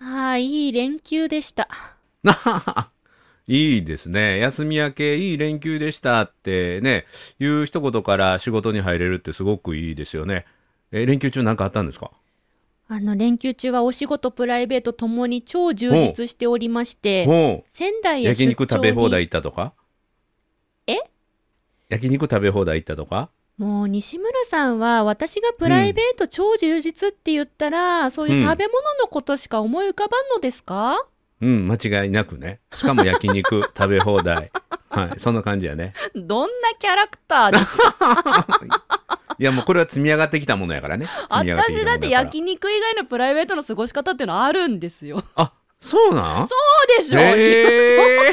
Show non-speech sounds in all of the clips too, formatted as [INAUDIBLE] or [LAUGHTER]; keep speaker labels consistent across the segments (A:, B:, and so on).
A: あ、いい連休でした。
B: [LAUGHS] いいですね。休み明け、いい連休でしたってね、いう一言から仕事に入れるってすごくいいですよね。え、連休中なんかあったんですか
A: あの、連休中はお仕事、プライベートともに超充実しておりまして、
B: ほ
A: 仙台
B: う。
A: へ出張
B: 焼
A: に
B: 肉食べ放題行ったとか
A: え
B: 焼肉食べ放題行ったとか
A: もう西村さんは私がプライベート超充実って言ったら、そういう食べ物のことしか思い浮かばんのですか、
B: うん、間違いなくね。しかも焼肉食べ
A: [LAUGHS]
B: 放題。はい、そんな感じやね。
A: どんなキャラクターですか
B: いや、もうこれは積み上がってきたものやからね。積み上がき
A: 私
B: たもの
A: だ
B: や
A: って
B: から
A: 焼肉以外のプライベートの過ごし方っていうのはあるんですよ。そ
B: あ、そうなん
A: うでしょ、 [LAUGHS]
B: えー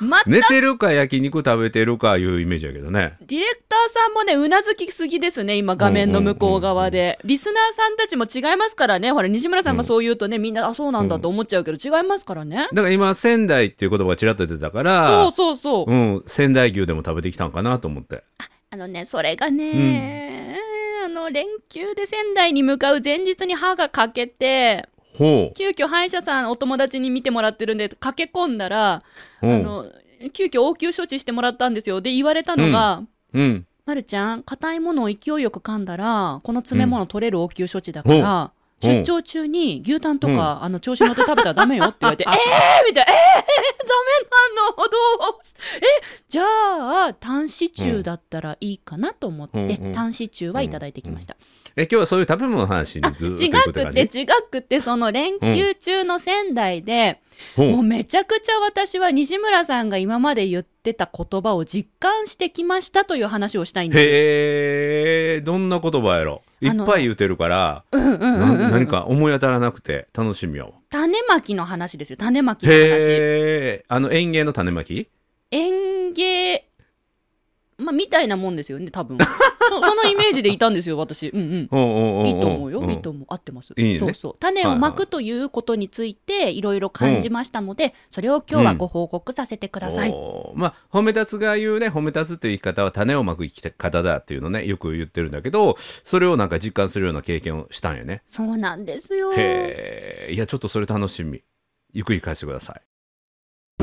A: ま
B: 寝てるか焼肉食べてるかいうイメージやけどね。
A: ディレクターさんもね、うなずきすぎですね、今、画面の向こう側で。リスナーさんたちも違いますからね、ほら、西村さんがそう言うとね、みんな、あ、そうなんだと思っちゃうけど、違いますからね。
B: だから今仙台っていう言葉がちらっと出たから、
A: そうそうそう。
B: うん、仙台牛でも食べてきたんかなと思って。
A: あのね、それがね、あの、連休で仙台に向かう前日に歯が欠けて、
B: ほ
A: 急遽歯医者さん、お友達に見てもらってるんで、駆け込んだら、
B: う。う
A: あ
B: ん。
A: の、急遽応急処置してもらったんですよ。で、言われたのが、
B: うん。
A: まるちゃん、硬いものを勢いよく噛んだら、この詰め物取れる応急処置だから、
B: うん
A: 出張中に牛タンとか、あの、調子乗って食べたらダメよって言われて、えーみたいな、えー、ダメなのどうしえ、じゃあ、タンシチューだったらいいかなと思って、
B: うんうん
A: タンシチューはいただいてきました。
B: え、今日はそういう食べ物の話にずっと
A: 違
B: 行くって
A: く
B: 感
A: て、
B: じ。
A: 違くて、その連休中の仙台で、
B: ほ
A: もう
B: う。
A: めちゃくちゃ私は西村さんが今まで言ってた言葉を実感してきましたという話をしたいんですよ。
B: へえ、どんな言葉やろ。い
A: あの
B: っぱい言うてるから、
A: うんうんうん
B: な
A: うん
B: 何か思い当たらなくて楽しみやわ。
A: 種まきの話ですよ種まきの話
B: へえ、あの園芸の種まき
A: 園芸まあみたいなもんですよね多分 [LAUGHS] そそのイメージでいたんですよ私うん
B: おうお
A: う
B: お
A: ん
B: お
A: いいと思うよ、いいと
B: 思
A: 思う合ってます
B: いいね
A: そうそう種をまくということについていろいろ感じましたので、それを今日はご報告させてください、
B: まあ、褒め立つが言うね、褒め立つっていう生き方は種をまく生き方だっていうのね、よく言ってるんだけど、それをなんか実感するような経験をしたんよね。
A: そうなんですよ
B: へえ、いや、ちょっとそれ楽しみ。ゆっくり返してください。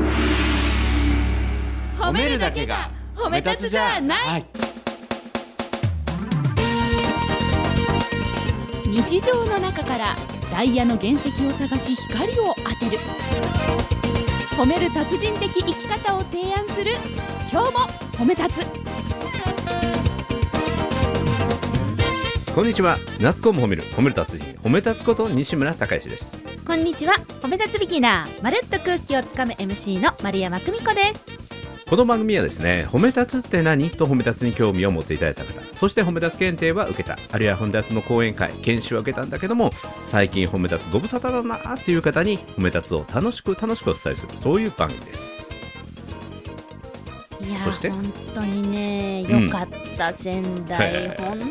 A: 褒
B: はい。
A: 日常の中からダイヤの原石を探し光を当てる褒める達人的生き方を提案する今日も褒め立つ
B: こんにちは。なっこも褒める、褒める達人、褒め立つこと西村孝之です。
A: こんにちは褒め立つビギナーまるっと空気をつかむ MC の丸山久美子です
B: この番組はですね、褒め立つって何と褒め立つに興味を持っていただいた方、そして褒め立つ検定は受けた、あるいは褒め立つの講演会、研修は受けたんだけども、最近褒め立つご無沙汰だなっていう方に、褒め立つを楽しく楽しくお伝えする、そういう番組です。
A: いや
B: そして
A: ー本当にね
B: うん
A: よかった、仙台
B: へー
A: 本当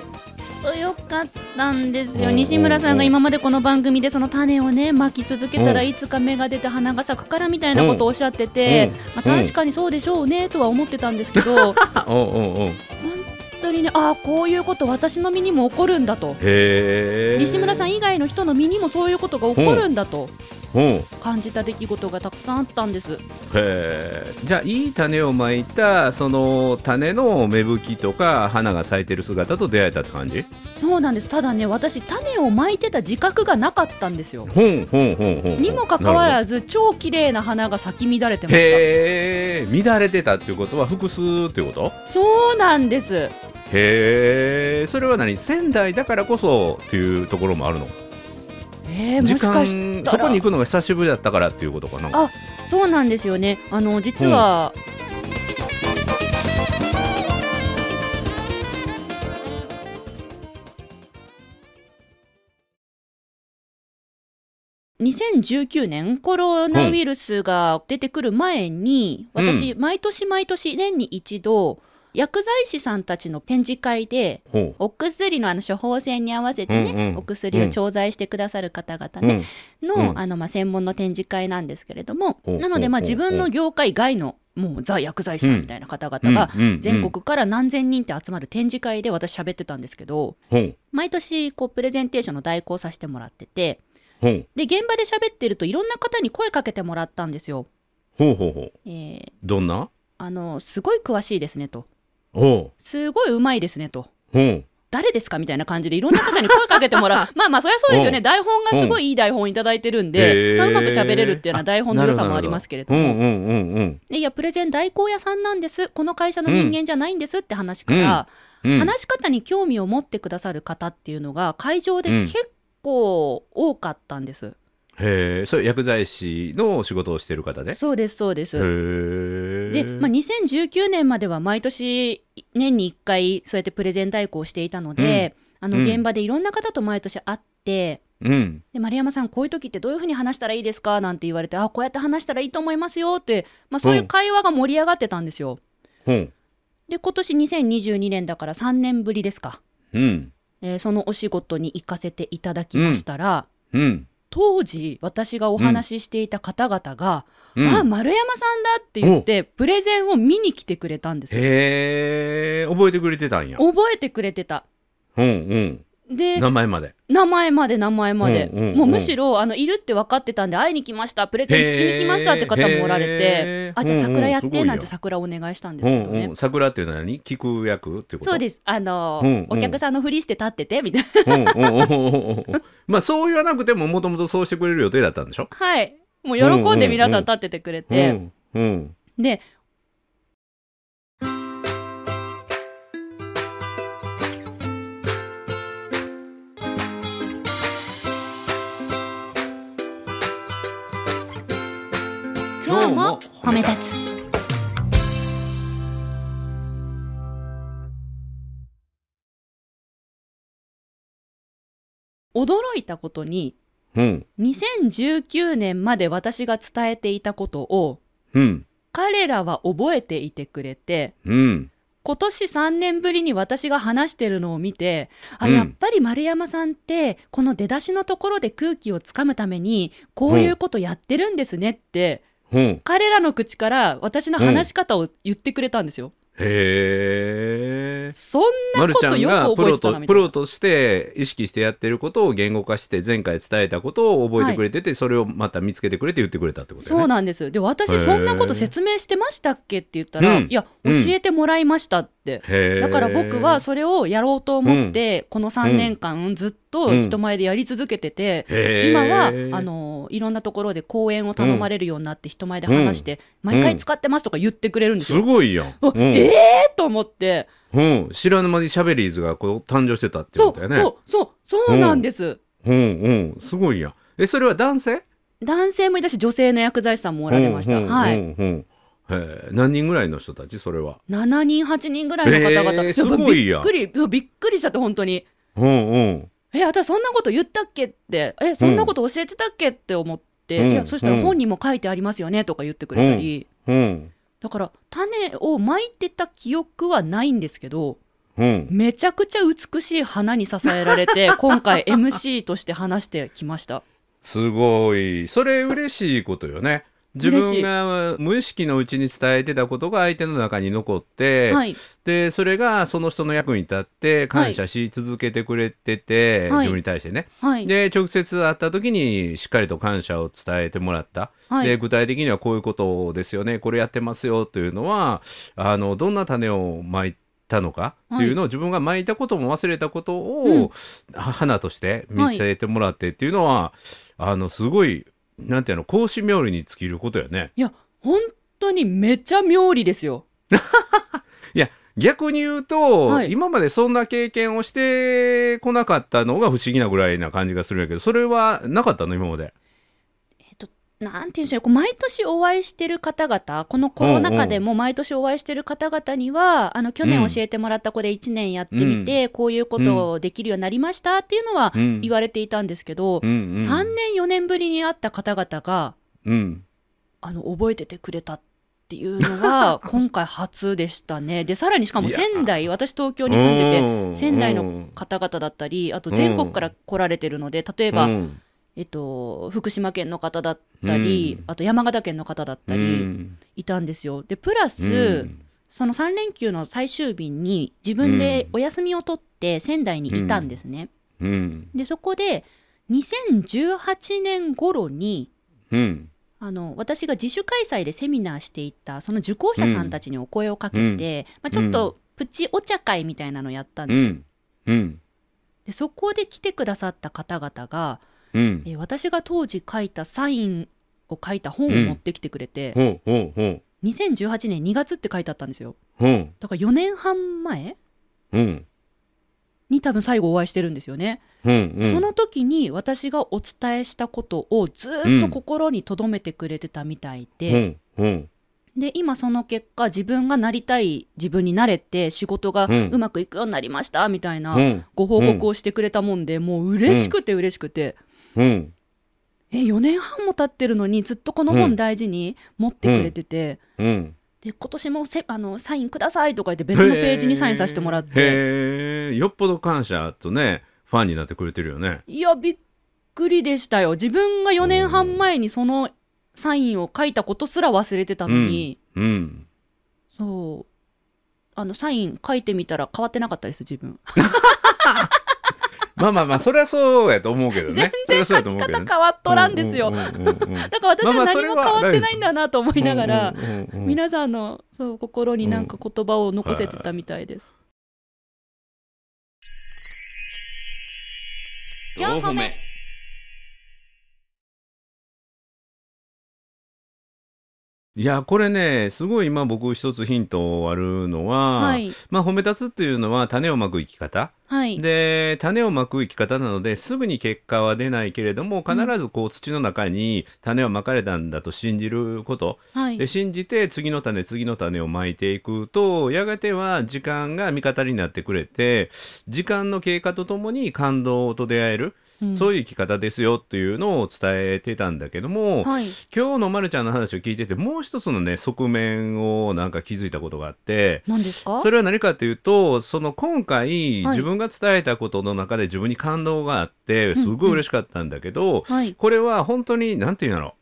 A: よかったんです
B: おうおう
A: よ
B: おう
A: 西村さんが今までこの番組でその種をねまき続けたら
B: うん
A: いつか芽が出て花が咲くからみたいなことをおっしゃってて、まあ、
B: うん
A: 確かにそうでしょうねとは思ってたんですけ
B: [LAUGHS]
A: ど本
B: あ、おうおうおう。
A: 当にねああこういうこと私の身にも起こるんだと
B: へえ。
A: 西村さん以外の人の身にもそういうことが起こるんだと
B: うん。へ
A: 感じた出来事がたくさんあったんです
B: え。じゃあ、いい種をまいた、その種の芽吹きとか、花が咲いてる姿と出会えたって感じ
A: そうなんですただね私種をまいてた自覚がなかったんですよ
B: ほんほんほんほんほん。
A: にもかかわ
B: ず
A: らず超綺麗な花が咲き乱れてまし
B: へえ乱れてたっていうことは複数っていうこと
A: たそうなんです
B: へえそれは何仙台だからこそっていうところもあるの
A: えー、も
B: 時
A: しかし
B: 間
A: たら
B: そこに行くのが久しぶりだったからっていうことかな
A: あそうなんですよねあの実は、2019年コロナウイルスが出てくる前に、
B: うん
A: 私毎年毎年年に一度薬剤師さんたちの展示会で
B: ほ
A: お薬のあの処方箋に合わせてね、
B: うんうん
A: お薬を調剤してくださる方々ね、
B: う、うん
A: の,、
B: うん
A: あのまあ専門の展示会なんですけれども、
B: ほう
A: なので、まあ、
B: ほう
A: 自分の業界外のもうザ薬剤師さんみたいな方々が、
B: うんうん
A: 全国から何千人って集まる展示会で私、喋ってたんですけど、
B: ほう
A: 毎年こう、プレゼンテーションの代行させてもらってて、
B: ほう
A: で現場で喋ってるといろんな方に声かけてもらったんですよ。
B: ほうほうほう
A: えー
B: どんな
A: あのすごい詳しいですねと
B: ほ
A: すごいうまいですねと
B: うほう
A: 誰ですかみたいな感じでいろんな方に声かけても
B: [LAUGHS]
A: らうまあまあそりゃそうですよ
B: う
A: ね台本がすごいいい台本いただいてるん
B: へ
A: で、
B: ー
A: まあ、うまく喋れるっていうのは台本の良さもありますけれど
B: う
A: も
B: んうんうんうん
A: でいやプレゼン代行屋さんなんですこの会社の人間じゃないんですって話から、
B: うん
A: 話し方に興味を持ってくださる方っていうのが会場で
B: うん
A: 結構多かったんです、
B: へえそれ薬剤師の仕事をしてる方でへ
A: そうですそうです、
B: え
A: で、まあ、2019年までは毎年年に1回そうやってプレゼン代行をしていたので、あ
B: う
A: の
B: ん
A: 現場でいろんな方と毎年会って、
B: うん
A: で丸山さんこういう時ってどういうふうに話したらいいですかなんて言われてあこうやって話したらいいと思いますよって、まあ、そういう会話が盛り上がってたんですよ。
B: ほう
A: で今年2022年だから3年ぶりですか、
B: うん
A: えーそのお仕事に行かせていただきましたら、
B: うん
A: 当時私がお話ししていた方々が「
B: うん
A: あ丸山さんだ」って言ってプレゼンを見に来てくれたんですよ。
B: へえ覚えてくれてたんや
A: 覚えてくれてた。
B: うんう
A: で
B: ん名前まで
A: 名前まで名前まで、
B: うんうんうん
A: もうむしろあのいるって分かってたんで会いに来ましたプレゼン聞きに来ましたって方もおられ
B: へ
A: て
B: ー
A: あじゃあ桜やっ
B: うんうんすごい
A: て
B: よ
A: なんて桜お願いしたんで
B: う
A: すけ
B: ん
A: どね、
B: うん桜っていうのは何聞く役ってこと
A: そうですあの、
B: うんうん
A: お客さんのふりして立っててみたいな
B: うんうんうんうんうんまあそう言わなくてももともとそうしてくれる予定だったんでしょ
A: はいもう喜んで皆さん立っててくれて、
B: うんうん
A: で今日も褒め立つ驚いたことに
B: うん
A: 2019年まで私が伝えていたことを
B: うん
A: 彼らは覚えていてくれて
B: うん
A: 今年3年ぶりに私が話してるのを見てあ、
B: うん
A: やっぱり丸山さんってこの出だしのところで空気をつかむためにこういうことやってるんですねって、
B: うん
A: 彼らの口から私の話し方を言ってくれたんですよ。
B: へえ
A: そん
B: ま
A: な
B: る
A: こ
B: ちゃ
A: と
B: ん
A: よ
B: が
A: く
B: プ
A: 覚え
B: ロ
A: てた
B: と
A: なみた
B: プ
A: いな
B: ロとして意識してやってることを言語化して前回伝えたことを覚えてくれてて、それをまた見つけてくれて言ってくれたってことだ
A: そう
B: よね。
A: なんですで
B: へー
A: 私そんなこと説明してましたっけって言ったら、
B: うん
A: いや
B: う
A: 教
B: ん
A: えてもらいましたって、
B: へー
A: だから僕はそれをやろうと思って、この3年間ずっと人前でやり続けてて、
B: へー
A: 今はあのいろんなところで講演を頼まれるようになって人前で話して、毎回使ってますとか言ってくれるんです
B: す
A: よ。
B: ごいやん、
A: うわ
B: うん
A: ええと思って、
B: うん、知らぬ間にシャベリーズがこう誕生してたって
A: そ
B: こ
A: う
B: とだよね。
A: そうそうそうなんです、
B: うんうん、すごいやん。え、それは男性
A: 男性もいたし女性の薬剤師さんもおられました、
B: うんうん
A: はい、
B: うんうんへえ何人ぐらいの人たちそれは。
A: 7人8人ぐらいの方々、
B: えーすごいやん
A: びっくりびっくりしちゃって本当に
B: うんうん。
A: え私そんなこと言ったっけってえそんなこと教えてたっけって思って、
B: うん
A: いやそしたら
B: うん
A: 本にも書いてありますよねとか言ってくれたり、
B: うん。
A: だから種をまいてた記憶はないんですけど
B: うん。
A: めちゃくちゃ美しい花に支えられ
B: [LAUGHS]
A: て今回 MC として話してきました
B: すごい。それ嬉しいことよね。自分が無意識のうちに伝えてたことが相手の中に残って、
A: はい
B: でそれがその人の役に立って感謝し続けてくれてて、
A: はい
B: 自分に対してね、
A: はい
B: で直接会った時にしっかりと感謝を伝えてもらった、
A: は
B: で
A: い
B: 具体的にはこういうことですよねこれやってますよというのはあのどんな種をまいたのかっていうのを、自分がまいたことも忘れたことを、は花として見せてもらってっていうのは、あのすごいなんていうの孔子妙理に尽きることよね。
A: いや本当にめちゃ妙理ですよ
B: 逆に言うと、
A: はい
B: 今までそんな経験をしてこなかったのが不思議なぐらいな感じがするんやけどそれはなかったの今まで。
A: なんていうんでしょうこう毎年お会いしてる方々このコロナ禍でも毎年お会いしてる方々には、あの去年教えてもらった子で1年やってみて、こういうことをできるようになりましたっていうのは
B: うん
A: 言われていたんですけど、
B: うんうん
A: 3年4年ぶりに会った方々が
B: うん
A: あの覚えててくれたっていうの
B: [LAUGHS]
A: が今回初でしたねでさらにしかも
B: いや
A: 仙台私東京に住んでて
B: うん
A: 仙台の方々だったりあと全国から来られてるので例えば、
B: うん
A: えっと、福島県の方だったり、
B: うん
A: あと山形県の方だった
B: う
A: り
B: ん
A: いたんですよ。でプラス、
B: うん
A: その3連休の最終日に自分でお休みを取って仙台にいたんですね。
B: うん
A: でそこで2018年頃に
B: うん。
A: あの私が自主開催でセミナーしていたその受講者さんたちにお声をかけて、まあ、ちょっとプチお茶会みたいなのやったん
B: う
A: です、
B: ん。うん。
A: でそこで来てくださった方々が、
B: うん。
A: えー私が当時書いたサインを書いた本を持ってきてくれて、
B: ほうほうほう。
A: 2018年2月って書いてあったんですよ
B: ほう。
A: だから4年半前
B: うん。
A: に多分最後お会いしてるんですよね、
B: うん。うん。
A: その時に私がお伝えしたことをずーっと心に留めてくれてたみたいで、
B: うん。うん。
A: で今その結果自分がなりたい自分になれて仕事が
B: うん
A: うまくいくようになりましたみたいな
B: うん。
A: ご報告をしてくれたもんで、もう嬉しくて嬉しくて、
B: うん。
A: え4年半も経ってるのにずっとこの本大事に持ってくれてて、
B: うん。
A: で今年もせあのサインくださいとか言って別のページにサインさせてもらって
B: へえ。よっぽど感謝とね、ファンになってくれてるよね。
A: いやびっくりでしたよ自分が4年半前にそのサインを書いたことすら忘れてたのに、
B: うん。
A: そうあのサイン書いてみたら変わってなかったです自分。
B: まあまあまあ、それはそうやと思うけどね
A: [LAUGHS] 全。然
B: それはそう
A: 書き
B: やと思う
A: 方
B: けどね
A: 変わっとらんですよ。
B: う
A: だ
B: んうんうんうん
A: から私
B: まあま
A: は
B: あそ
A: 何
B: れ
A: も
B: は
A: 変わってないんだなと思いながら、
B: うんうんうんうん
A: 皆さんのそう心になんか言葉を残せてたみたいです。四歩目
B: いやこれねすごい今僕一つヒントあるのは、
A: はい
B: まあ褒め立つっていうのは種をまく生き方
A: はい。
B: で種をまく生き方なのですぐに結果は出ないけれども必ずこう土の中に種をまかれたんだと信じること、
A: はい
B: で。信じて次の種次の種をまいていくとやがては時間が味方になってくれて時間の経過とともに感動と出会える、
A: うん
B: そういう生き方ですよっていうのを伝えてたんだけども、
A: はい。
B: 今日のまるちゃんの話を聞いててもう一つのね側面をなんか気づいたことがあって。
A: 何ですか
B: そ？れは何かというとその今回、
A: はい
B: 自分が伝えたことの中で自分に感動があって
A: んうん
B: すごい嬉しかったんだけど、
A: はい。
B: これは本当に何て言うんだろう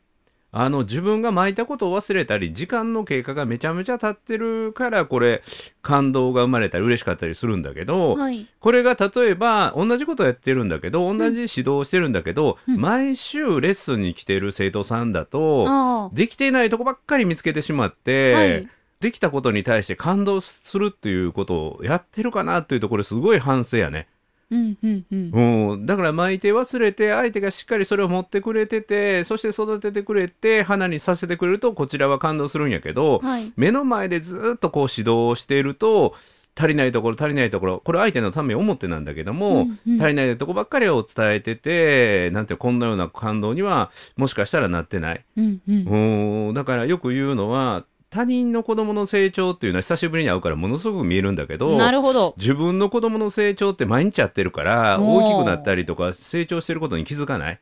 B: あの自分が巻いたことを忘れたり時間の経過がめちゃめちゃ経ってるからこれ感動が生まれたり嬉しかったりするんだけど、
A: はい。
B: これが例えば同じことやってるんだけど同じ指導をしてるんだけど、
A: うん
B: 毎週レッスンに来てる生徒さんだと、
A: あ
B: できていないとこばっかり見つけてしまって、
A: はい
B: できたことに対して感動するっていうことをやってるかなっていうところすごい反省やね。
A: あ。うんうんうん。
B: うん、だから巻いて忘れて相手がしっかりそれを持ってくれててそして育ててくれて花にさせてくれるとこちらは感動するんやけど、
A: はい。
B: 目の前でずっとこう指導をしていると足りないところ足りないところこれ相手のためを思ってなんだけども、
A: うんうん
B: 足りないとこばっかりを伝えててなんてこんなような感動にはもしかしたらなってない。
A: うんうん。
B: うんだからよく言うのは他人の子供の成長っていうのは久しぶりに会うからものすごく見えるんだけど
A: なるほど。
B: 自分の子供の成長って毎日やってるから
A: おー
B: 大きくなったりとか成長してることに気づかない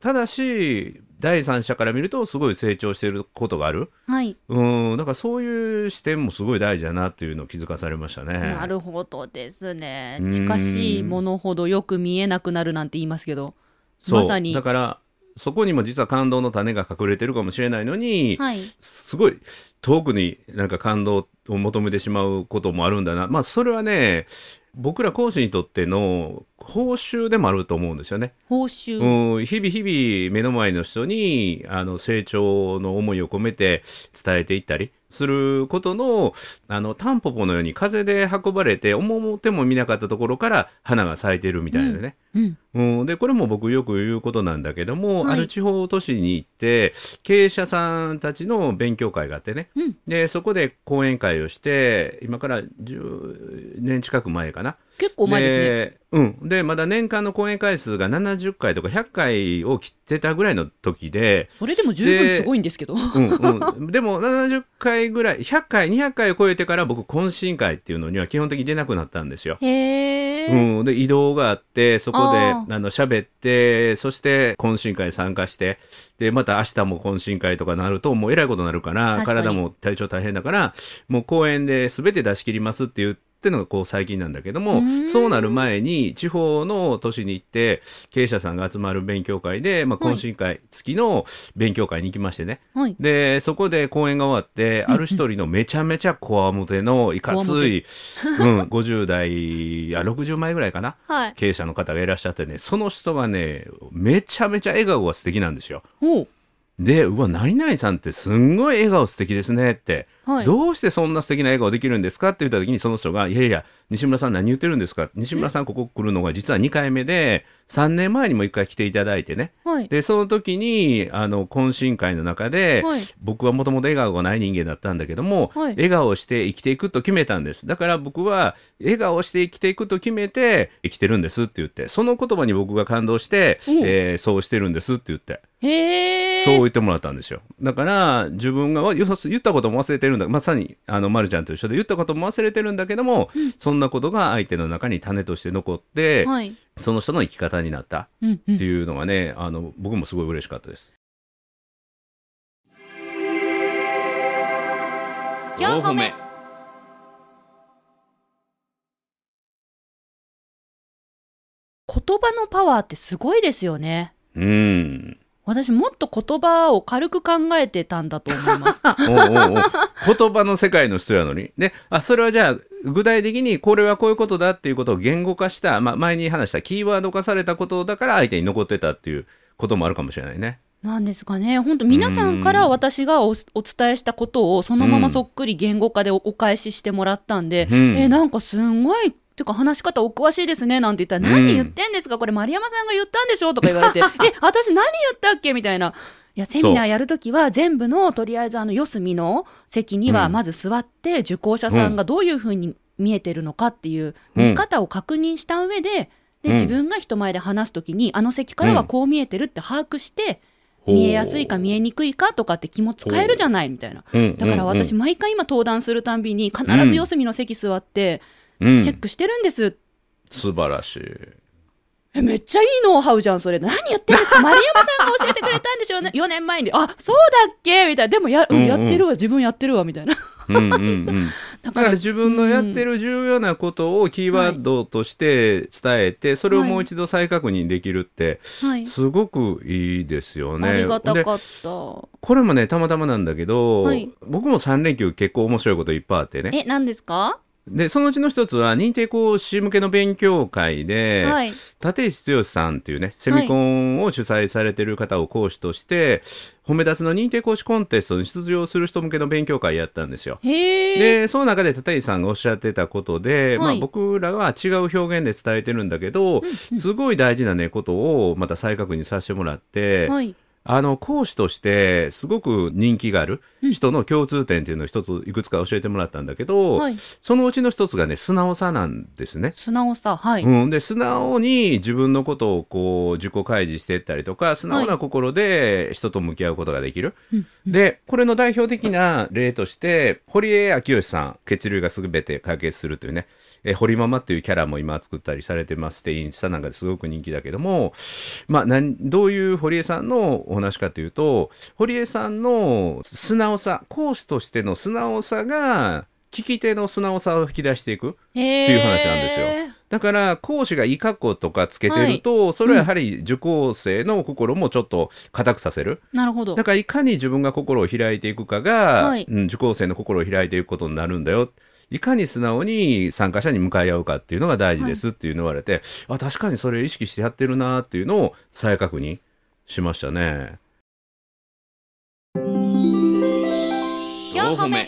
B: ただし第三者から見るとすごい成長してることがある
A: はい。
B: うんだからそういう視点もすごい大事だなっていうのを気づかされましたね
A: なるほどですね
B: う。ん
A: 近しいものほどよく見えなくなるなんて言いますけど。
B: そう
A: まさに
B: だからそこにも実は感動の種が隠れてるかもしれないのに、
A: はい。
B: すごい遠くになんか感動を求めてしまうこともあるんだな。まあそれはね、僕ら講師にとっての報酬でもあると思うんですよね。
A: 報酬。
B: うん、日々日々目の前の人にあの成長の思いを込めて伝えていったりすることのあのタンポポのように風で運ばれて思っても見なかったところから花が咲いてるみたいなね。
A: うん。
B: うん、でこれも僕よく言うことなんだけども、
A: はい
B: ある地方都市に行って経営者さんたちの勉強会があってね
A: うん。
B: でそこで講演会をして今から10年近く前かな
A: 結構前ですね。
B: うん、でまだ年間の講演回数が70回とか100回を切ってたぐらいの時で、
A: それでも十分すごいんですけど。
B: うんうん、 [LAUGHS] でも70回ぐらい100回200回を超えてから僕懇親会っていうのには基本的に出なくなったんですよ。
A: へえ。
B: うん、で移動があってそこで
A: あ
B: あ
A: ー
B: の喋ってそして懇親会参加してでまた明日も懇親会とかなるともうえらいことになるから
A: 確かに
B: 体も体調大変だからもう公園で全て出し切りますって言って。っていうのがこう最近なんだけど
A: う
B: も
A: ーん
B: そうなる前に地方の都市に行って経営者さんが集まる勉強会で、まあ、
A: はい
B: 懇親会付きの勉強会に行きましてね、
A: はい。
B: でそこで講演が終わって、ある一人のめちゃめちゃこわもてのいかつい、うん、50代や60前ぐらいかな
A: はい。
B: 経営者の方がいらっしゃってねその人がねめちゃめちゃ笑顔が素敵なんですよ。
A: おう
B: でうわ何々さんってすんごい笑顔素敵ですねって、
A: はい。
B: どうしてそんな素敵な笑顔できるんですかって言った時にその人が「いやいや西村さん何言ってるんですか西村さんここ来るのが実は2回目で3年前にも1回来ていただいてね
A: はい。
B: でその時にあの懇親会の中で、
A: はい
B: 僕はもともと笑顔がない人間だったんだけども、
A: はい
B: 笑顔をして生きていくと決めたんですだから僕は笑顔をして生きていくと決めて生きてるんですって言ってその言葉に僕が感動して、
A: お
B: えーそうしてるんですって言って
A: へえ。
B: そう言ってもらったんですよ。だから自分がよそ言ったことも忘れてるんだまさにあの、ま、るちゃんと一緒で言ったことも忘れてるんだけども、そんなことが相手の中に種として残って、
A: はい。
B: その人の生き方になった
A: うんう
B: っ
A: ん
B: て。いうのがね、あの僕もすごい嬉しかったです。
A: 4歩目言葉のパワーってすごいですよね。
B: うん。
A: 私もっと言葉を軽く考えてたんだと思います。
B: おうおうおう言葉の世界の人やのに。で、あ、それはじゃあ、具体的にこれはこういうことだっていうことを言語化した、まあ、前に話したキーワード化されたことだから相手に残ってたっていうこともあるかもしれないね。
A: なんですかね。本当皆さんから私がおお伝えしたことをそのままそっくり言語化でおお返ししてもらったんで、
B: うん
A: えーなんかすんごい、っていうか話し方お詳しいですねなんて言ったら、
B: うん
A: 何言ってんですかこれ丸山さんが言ったんでしょとか言われて、え、私何言ったっけみたいな。いや、セミナーやるときは全部の、とりあえずあの四隅の席には
B: うん
A: まず座って、受講者さんがどういうふうに見えてるのかっていう
B: うん
A: 見方を確認した上で、で、
B: うん
A: 自分が人前で話すときに、あの席からはこう見えてるって把握して、見えやすいか見えにくいかとかって気も使えるじゃないみたいな。
B: え
A: だから私、毎回今登壇するたんびに必ず四隅の席座って
B: うん
A: チェックしてるんです、
B: 素晴らしい。
A: えめっちゃいいノウハウじゃんそれ何やってるんですか丸山さんが教えてくれたんでしょうね4年前にあそうだっけみたいなでもや,、うん
B: うんうん
A: やってるわ自分やってるわみたいな
B: うんうんうん、
A: だ
B: だから自分のやって
A: る、
B: る重要なことをキーワードとして伝えて、それをもう一度再確認できるって
A: うんはい
B: すごくいいですよね。
A: ありがた
B: で
A: かった
B: これもねたまたまなんだけど、
A: はい
B: 僕も3連休結構面白いこといっぱいあってね
A: え何ですか、
B: でそのうちの一つは認定講師向けの勉強会で、
A: はい
B: 立石剛さんっていうねセミコンを主催されてる方を講師として、褒め立つの認定講師コンテストに出場する人向けの勉強会やったんですよ。
A: へえ
B: でその中で立石さんがおっしゃってたことで、ま
A: は
B: あ、
A: い
B: 僕らは違う表現で伝えてるんだけど、すごい大事な、ね、ことをまた再確認させてもらって、
A: はい
B: あの講師としてすごく人気がある人の共通点っていうのを一ついくつか教えてもらったんだけど、
A: はい
B: そのうちの一つがね素直さなんですね。
A: 素直さはい、
B: うん、で素直に自分のことをこう自己開示していったりとか素直な心で人と向き合うことができる、
A: うん
B: でこれの代表的な例として堀江明義さん血流がすべて解決するというねえー堀ママっていうキャラも今作ったりされてましてインスタなんかですごく人気だけども、まあ、なんどういう堀江さんのお話かというと堀江さんの素直さ講師としての素直さが聞き手の素直さを引き出していく。
A: へー
B: っていう話なんですよだから講師がいい格好とかつけてると、それはやはり受講生の心もちょっと固くさせる、
A: なるほど
B: だからいかに自分が心を開いていくかが、
A: はい
B: うん受講生の心を開いていくことになるんだよいかに素直に参加者に向かい合うかっていうのが大事ですっていうのを言われて、あ確かにそれ意識してやってるなっていうのを再確認しましたね。
A: 四歩目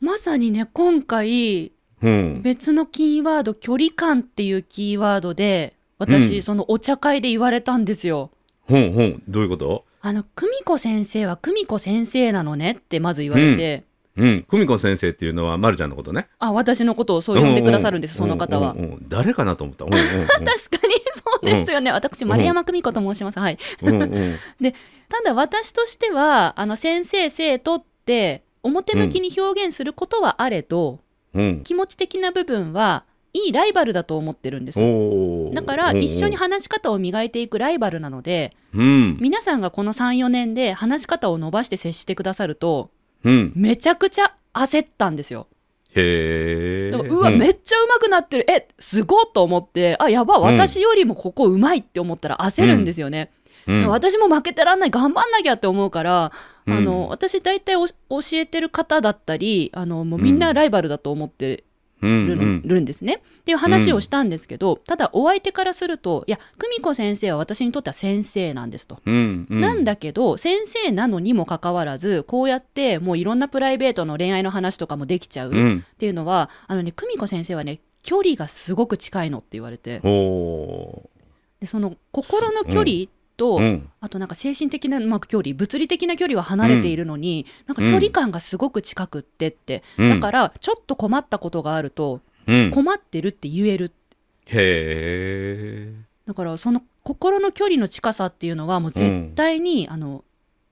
A: まさにね今回
B: うん、
A: 別のキーワード距離感っていうキーワードで私、
B: うん
A: そのお茶会で言われたんですよ。
B: ほんほんどういうこと
A: あの久美子先生は久美子先生なのねってまず言われて、
B: うん、久美子先生っていうのはまるちゃんのことね。
A: あ私のことをそう呼んでくださるんです、
B: うう
A: その方は
B: う。んうんうん誰かなと思った。うんうんうん
A: 確かにそうですよね、私丸山久美子と申します、はい、
B: うんうん
A: ただ私としてはあの先生生徒って表向きに表現することはあれど、
B: うん
A: 気持ち的な部分はいいライバルだと思ってるんですよ
B: お
A: [LAUGHS]
B: ー
A: だから一緒に、話し方を磨いていくライバルなので
B: うん、
A: 皆さんがこの34年で話し方を伸ばして接してくださると
B: うん、
A: めちゃくちゃ焦ったんですよ
B: へえ。
A: だからうわ、めっちゃうまくなってるえすごっと思ってあやば
B: ん
A: 私よりもここうまいって思ったら焦るんですよね、
B: うん、うん、
A: 私も負けてらんない頑張んなきゃって思うから、
B: うん
A: あの私大体お教えてる方だったりあのもうみんなライバルだと思って
B: うん
A: る,、
B: うん、
A: んですねっていう話をしたんですけど、ただお相手からするといや久美子先生は私にとっては先生なんですと。
B: うん、う
A: なんだけど、先生なのにもかかわらず、こうやって、もういろんなプライベートの恋愛の話とかもできちゃう
B: う
A: っ
B: ん、
A: ていうのは、あのね、久美子先生はね、距離がすごく近いのって言われて、
B: お
A: でその心の距離と、
B: ーうん、
A: あとなんか精神的な、まあ、距離、物理的な距離は離れているのに、なんか距離感がすごく近くってって、
B: うん
A: だから、ちょっと困ったことがあると、
B: うん、
A: 困ってるって言える。
B: へえ。
A: だから、その心の距離の近さっていうのは、もう絶対に、あの、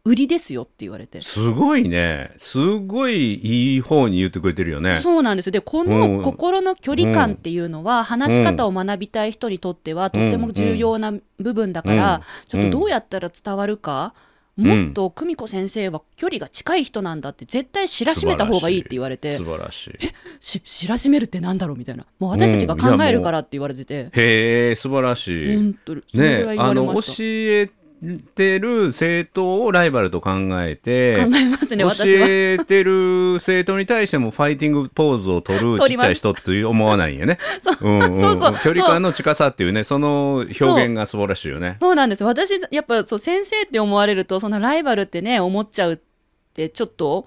A: 売りですよって言われて。
B: すごいね。すごいいい方に言ってくれてるよね。
A: そうなんですよでこ
B: うん
A: の心の距離感っていうのは、話し方を学びたい人にとってはとっても重要な部分だから、
B: うん
A: ちょっとどうやったら伝わるか、
B: うん
A: もっと久美子先生は距離が近い人なんだって絶対知らしめた方がいいって言われて
B: 素晴らしい。
A: し知らしめるってなんだろうみたいなもう私たちが考えるからって言われてて、
B: へえ、素晴らしい。
A: 本当にそれ
B: ね
A: ぐらい言
B: あ
A: われ
B: の、
A: ま
B: 教
A: した。
B: えてる政党をライバルと考えて、
A: 考えますね
B: 教
A: 私は
B: えてる政党に対してもファイティングポーズを
A: [LAUGHS]
B: 取るちっちゃい人って思わないんやね。そう,、んん
A: そうそう
B: 距離感の近さっていうね、その表現が素晴らしいよね。
A: そうなんです私やっぱそう先生って思われるとそのライバルってね思っちゃうってちょっと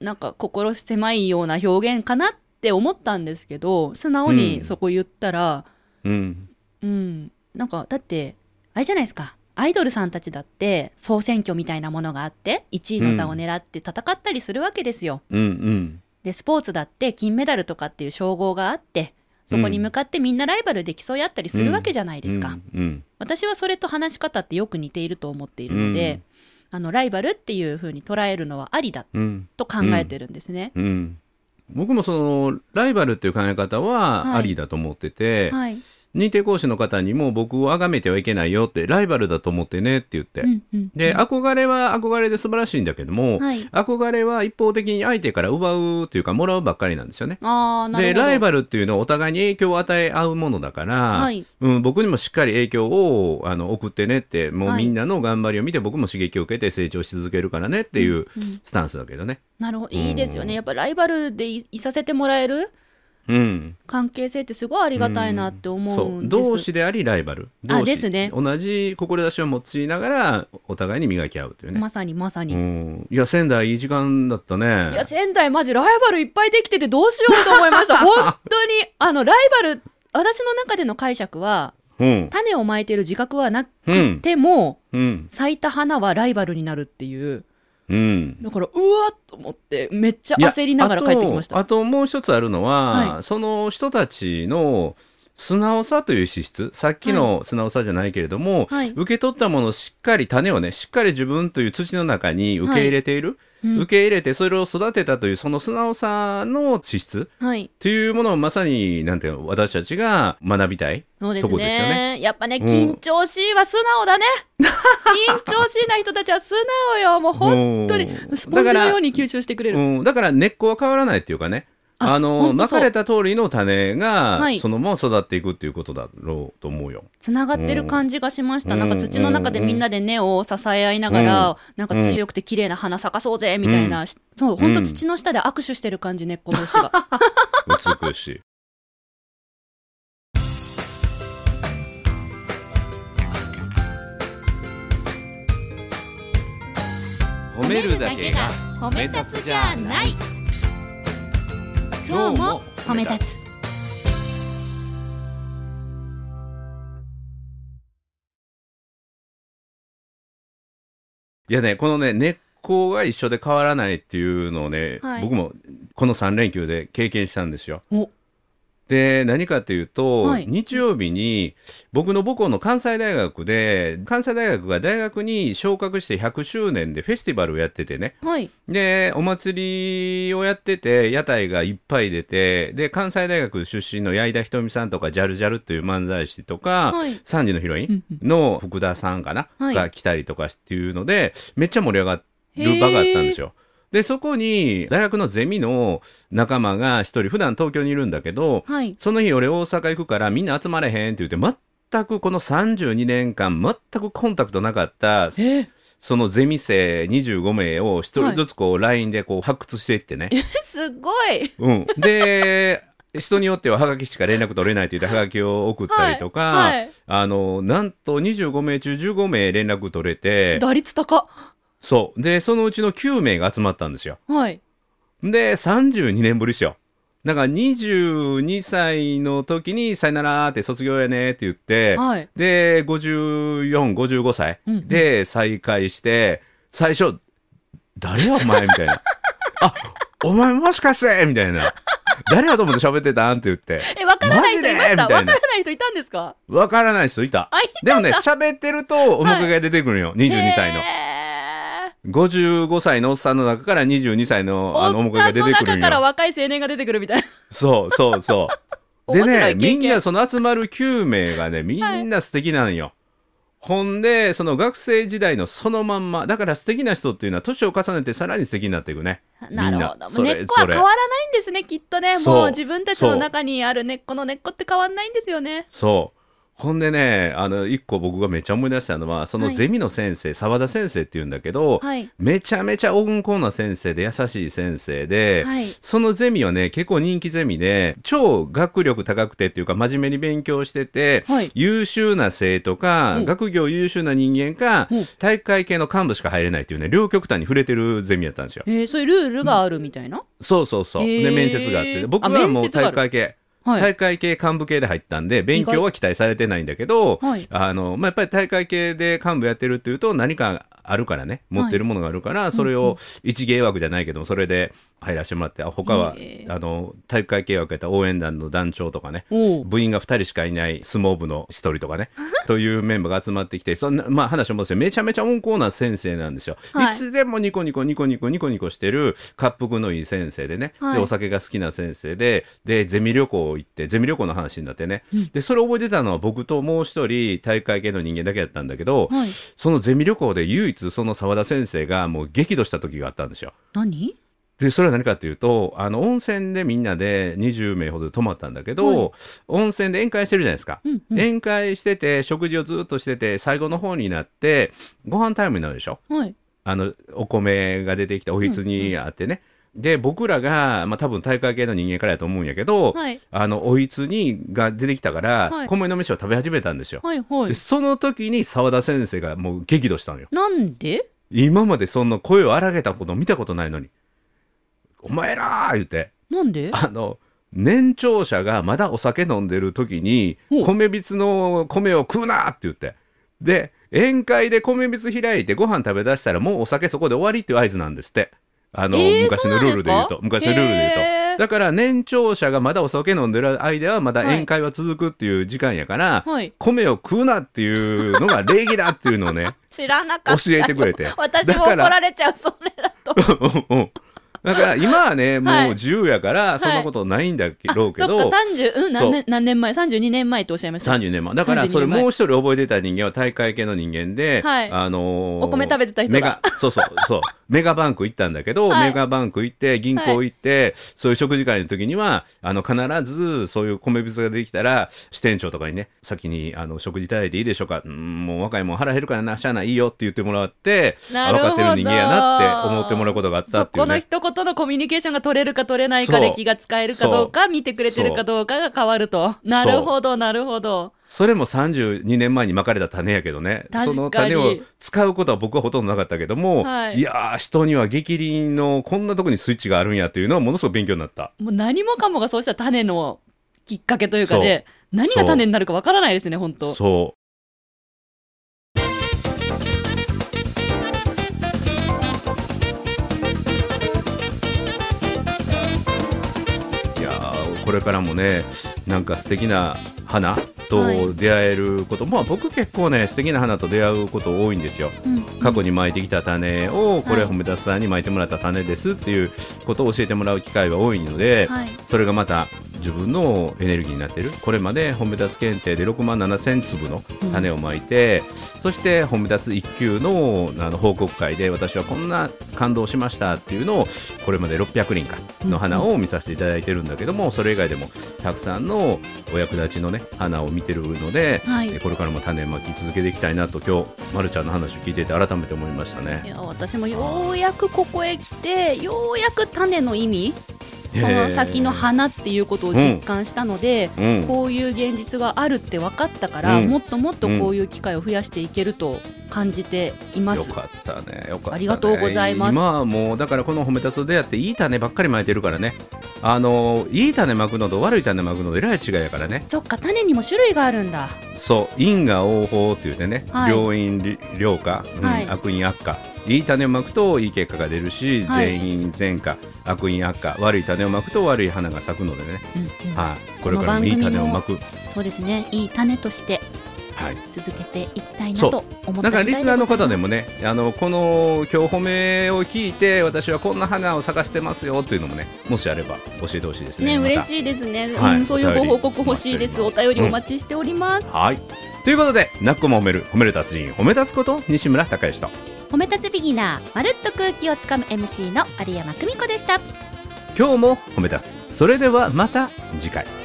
A: なんか心狭いような表現かなって思ったんですけど素直
B: う
A: に
B: ん
A: そこ言ったら
B: うん。
A: うん、なんかだってあれじゃないですかアイドルさんたちだって総選挙みたいなものがあって1位の座を狙って戦ったりするわけですよ。
B: うんうん。
A: でスポーツだって金メダルとかっていう称号があってそこに向かってみんなライバルで競い合ったりするわけじゃないですか。
B: うん。うん
A: 私はそれと話し方ってよく似ていると思っているので、あのライバルっていう風に捉えるのはありだ
B: うん
A: と考えてるんですね。
B: うん。僕もそのライバルっていう考え方は
A: はい
B: ありだと思ってて、
A: はい、
B: 認定講師の方にも僕を崇めてはいけないよってライバルだと思ってねって言って、
A: うんうん、
B: で憧れは憧れで素晴らしいんだけども、
A: はい、
B: 憧れは一方的に相手から奪うというかもらうばっかりなんですよね。
A: あーなる
B: で
A: ほど
B: ライバルっていうのはお互いに影響を与え合うものだから、
A: はい
B: うん、僕にもしっかり影響をあの送ってねってもう
A: はい
B: みんなの頑張りを見て僕も刺激を受けて成長し続けるからねっていう
A: うん
B: スタンスだけどね。
A: なるほど
B: うん
A: いいですよねやっぱライバルでいいさせてもらえる
B: うん、
A: 関係性ってすごいありがたいなって思
B: そううん
A: です、
B: 同志でありライバル同
A: あ
B: 志
A: ですね
B: 同じ志を持ちながらお互いに磨き合うというね、
A: まさにまさに、
B: うん、いや仙台いい時間だったね
A: いや仙台マジライバルいっぱいできててどうしようと思いました
B: [LAUGHS]
A: 本当にあのライバル私の中での解釈は
B: うん
A: 種をまいてる自覚はなく
B: うん
A: ても、
B: うん
A: 咲いた花はライバルになるっていう
B: うん
A: だからうわっと思ってめっちゃ焦りながら
B: いや
A: 帰ってきまし
B: あと
A: た
B: あともう一つあるのは、
A: は
B: その人たちの素直さという資質さっきの素直さじゃないけれども、
A: はい
B: 受け取ったものをしっかり種をねしっかり自分という土の中に受け入れている、
A: うん
B: 受け入れてそれを育てたというその素直さの資質
A: はい
B: っていうものをまさになんていうの私たちが学びたい
A: そうです
B: とこ
A: ね
B: ですよね
A: やっぱね
B: うん
A: 緊張しいは素直だね緊張しいな人たちは素直よもう本当に
B: うん
A: スポンジ
B: だか
A: の
B: ら
A: ように吸収してくれる
B: うん、だから根っこは変わらないっていうかねあ
A: あ
B: の
A: 本当
B: ま
A: そう
B: かれた通りの種が、
A: はい
B: そのまま育っていくっていうことだろうと思うよ。
A: つながってる感じがしました、
B: うん
A: なんか土の中でみんなで根を支え合いながら、
B: うん
A: なんか強くて綺麗な花咲かそうぜみたいな、
B: う
A: そう本当土の下で握手してる感じ根っこ同士が
B: 美しい。褒めるだけが
A: 褒
B: め立つじゃない今日も褒め立
A: つ
B: いやねこのね根っこが一緒で変わらないっていうのをね、
A: はい
B: 僕もこの3連休で経験したんですよ。
A: お
B: で何かというと、
A: はい
B: 日曜日に僕の母校の関西大学で関西大学が大学に昇格して100周年でフェスティバルをやっててね
A: はい。
B: でお祭りをやってて屋台がいっぱい出てで関西大学出身の矢井田ひとみさんとかジャルジャルっていう漫才師とか、
A: はい
B: 3時のヒロインの福田さんかな、
A: はい
B: が来たりとかっていうのでめっちゃ盛り上がる場があったんですよ。でそこに大学のゼミの仲間が一人普段東京にいるんだけど
A: はい。
B: その日俺大阪行くからみんな集まれへんって言って全くこの32年間全くコンタクトなかった
A: え、
B: そのゼミ生25名を一人ずつこう LINE でこう発掘していってね、
A: すごい。
B: うん、で人によってはハガキしか連絡取れないと言ってハガキを送ったりとか、
A: はい。
B: あのなんと25名中15名連絡取れて
A: 打率高。
B: そうでそのうちの9名が集まったんですよ
A: はい。
B: で32年ぶりですよだから22歳の時に「さよなら」って卒業やねって言って、
A: はい。
B: で5455歳
A: うんうん
B: で再会して、最初「誰やお前」みた
A: [LAUGHS]
B: いな「あお前もしかして」みたいな「誰やと思って喋ってたん?」って言って
A: え、わからない人いまし
B: マジ
A: た
B: でみ
A: わ
B: た
A: か
B: い
A: ら
B: な
A: ない人いたんですか
B: わからない人いた
A: あ、い [LAUGHS]
B: でもね喋ってると面影が出てくるよ、22歳の。
A: へー
B: 55歳のおっさんの中から22歳のあの
A: お
B: 面
A: っさ
B: 影
A: んの
B: が出てくる
A: 中
B: ん
A: から
B: よ。
A: 若い青年が出てくるみたいな。
B: そうそうそう。
A: [LAUGHS]
B: で
A: 面白
B: ね
A: い経
B: み
A: 験
B: んなその集まる9名がねみんな素敵なんよ。ほんでその学生時代のそのまんまだから素敵な人っていうのは年を重ねてさらに素敵になっていくね。みんな
A: [LAUGHS] なるほど。も
B: そうれ
A: 根っこは
B: それ
A: 変わらないんですね、きっとね。
B: そう
A: もう自分たちの中にある根っこの根っこって変わらないんですよね。
B: そうほんでねあの一個僕がめっちゃ思い出したのはその
A: はい
B: ゼミの先生澤田先生っていうんだけど、
A: はい。
B: めちゃめちゃ温厚な先生で優しい先生で。
A: はい。
B: そのゼミはね、結構人気ゼミで、超学力高くてっていうか、真面目に勉強してて、
A: はい。
B: 優秀な生徒か
A: う、ん
B: 学業優秀な人間か
A: うん、
B: 体育会系の幹部しか入れないっていうね、両極端に触れてるゼミやったんですよ。
A: えー、そういうルールがあるみたいな、
B: そうそうそう。
A: へ
B: で、
A: ー
B: 面接があって、
A: あ
B: 僕はもう
A: 面接がある
B: 体育会系、
A: は
B: 体
A: い。
B: 育会系幹部系で入ったんで、勉強は期待されてないんだけど、
A: はい。
B: あのまあ、やっぱり大会系で幹部やってるっていうと何かあるからね持ってるものがあるから、それを一芸枠じゃないけどもそれで入らせてもらってあ他は、
A: へえ
B: あの体育会系枠やったら応援団の団長とかね
A: おう
B: 部員が2人しかいない相撲部の1人と
A: [LAUGHS]
B: かねというメンバーが集まってきてそんな、まあ、話を戻してめちゃめちゃ温厚な先生なんですよ、
A: はい
B: い、つでもニコニコニコニコニコニコしてる恰幅のいい先生でね、
A: はい
B: でお酒が好きな先生ででゼミ旅行行ってゼミ旅行の話になってね、でそれを覚えてたのは僕ともう一人体育会系の人間だけだったんだけど、
A: はい。
B: そのゼミ旅行で唯一その澤田先生がもう激怒した時があったんですよ。
A: 何
B: でそれは何かっていうとあの温泉でみんなで20名ほどで泊まったんだけど、
A: は
B: 温泉で宴会してるじゃないですか、
A: うんうん
B: 宴会してて食事をずっとしてて最後の方になってご飯タイムになるでしょ
A: はい。
B: あのお米が出てきておひつにあってね、で僕らが、まあ、多分体育会系の人間からやと思うんやけど、
A: はい。
B: あのおひつにが出てきたから、
A: はい
B: 米の飯を食べ始めたんですよ、
A: はい。は
B: で
A: い。
B: その時に澤田先生がもう激怒したのよ
A: なんで
B: 今までそんな声を荒げたこと見たことないのに「お前ら!」言って
A: なんで
B: あの年長者がまだお酒飲んでる時に
A: ほう
B: 米びつの米を食うなって言ってで宴会で米びつ開いてご飯食べだしたらもうお酒そこで終わりっていう合図なんですってあの、
A: えー
B: 昔のルールで言うと
A: そうなんで
B: 昔
A: すか
B: のルールで言うと。
A: へー
B: だから年長者がまだお酒飲んでる間はまだ宴会は続くっていう時間やから、
A: はい。
B: 米を食うなっていうのが礼儀だっていうのを
A: [LAUGHS]
B: ね
A: 知らなかった。
B: 教えてくれて
A: 私も
B: だか
A: 怒
B: ら
A: られちゃう、それだと。
B: うんうんだから今はねも
A: はいう
B: 自由やからそんなことないんだけ
A: あ
B: ろうけど、
A: そっか、30、うん、
B: そ
A: 何
B: う
A: 年何年前 ?32 年前とおっしゃいました。
B: 32年前だからそれ
A: 32年前
B: もう一人覚えてた人間は大会系の人間で、
A: はい
B: あのー
A: お米食べてた人だ
B: メガそうそうそうメガバンク行ったんだけど、
A: はい
B: メガバンク行って銀行行って、そういう食事会の時にはあの必ずそういう米びつができたら支店長とかにね先にあの食事いただいていいでしょうかうんもう若いもん腹減るからなしゃあないいいよって言ってもらって
A: な
B: あ
A: る
B: 分
A: ほど
B: かってる人間やなって思ってもらうことがあった
A: そ
B: ってい
A: こ
B: う
A: の
B: ね。
A: 一言のコミュニケーションが取れるか取れないかで
B: そう
A: 気が使えるかどうか見てくれてるかどうかが変わると。なるほど、なるほど。
B: それも32年前にまかれた種やけどね
A: 確か
B: そ
A: に
B: の種を使うことは僕はほとんどなかったけども、
A: はい
B: いやー人には激鱗のこんなとこにスイッチがあるんやというのはものすごく勉強になった
A: もう何もかもがそうした種のきっかけというかで、何が種になるかわからないですね、本当
B: そういやーこれからもねなんか素敵な花
A: はい
B: と出会えること、まあ僕結構ね素敵な花と出会うこと多いんですよ。
A: うん
B: 過去に巻いてきた種をこれ
A: はい
B: 褒めたさんに巻いてもらった種ですっていうことを教えてもらう機会が多いので、
A: はい
B: それがまた自分のエネルギーになってるこれまで褒め立つ検定で6万7千粒の種をまいて、そして褒め立つ1級のあの報告会で私はこんな感動しましたっていうのをこれまで600輪かの花を見させていただいてるんだけども、それ以外でもたくさんのお役立ちのね花を見てるので、
A: はい
B: えこれからも種まき続けていきたいなと今日まるちゃんの話を聞いていて改めて思いました
A: い
B: ね。
A: や私もようやくここへ来てようやく種の意味
B: へー
A: その先の花っていうことを実感したので、
B: うん、
A: こういう現実があるって分かったから、
B: うん
A: もっともっとこういう機会を増やしていけると感じていま
B: よ
A: す。
B: かったね。よかった、ね。
A: ありがとうございます
B: 今はもうだからこの褒めたつと出会っていい種ばっかり巻いてるからね。あのいい種巻くのと悪い種巻くのとえらい違いやからね。
A: そっか種にも種類があるんだ。
B: そう因果応報って言ってね、
A: はい
B: 良因良果、うん
A: はい
B: 悪因悪果。いい種を巻くといい結果が出るし、
A: はい
B: 全員善果、悪因悪果、悪い種を巻くと悪い花が咲くのでね、
A: うんうん
B: はい、これからもいい種を巻く、
A: そうですね。いい種として
B: はい、
A: 続けていきたいな
B: そう
A: と思った
B: だから
A: 次
B: リ
A: 第
B: ス
A: で
B: ナーの
A: ござ
B: 方
A: います
B: でもね、あのこの今日褒めを聞いて、私はこんな花を探してますよというのもね、もしあれば教えてほしいですね。
A: ね
B: また
A: 嬉しいですね、
B: は
A: う
B: い
A: ん。そういうご報告
B: お便り
A: 欲しいです。お
B: お待ちしております
A: 便りお待ちしております。
B: はい。ということで、なっこも褒める、褒める達人、褒め立つこと、西村孝之と。
A: 褒め立つビギナーまるっと空気をつかむ MC の有山久美子でした。
B: 今日も褒め立つ。それではまた次回。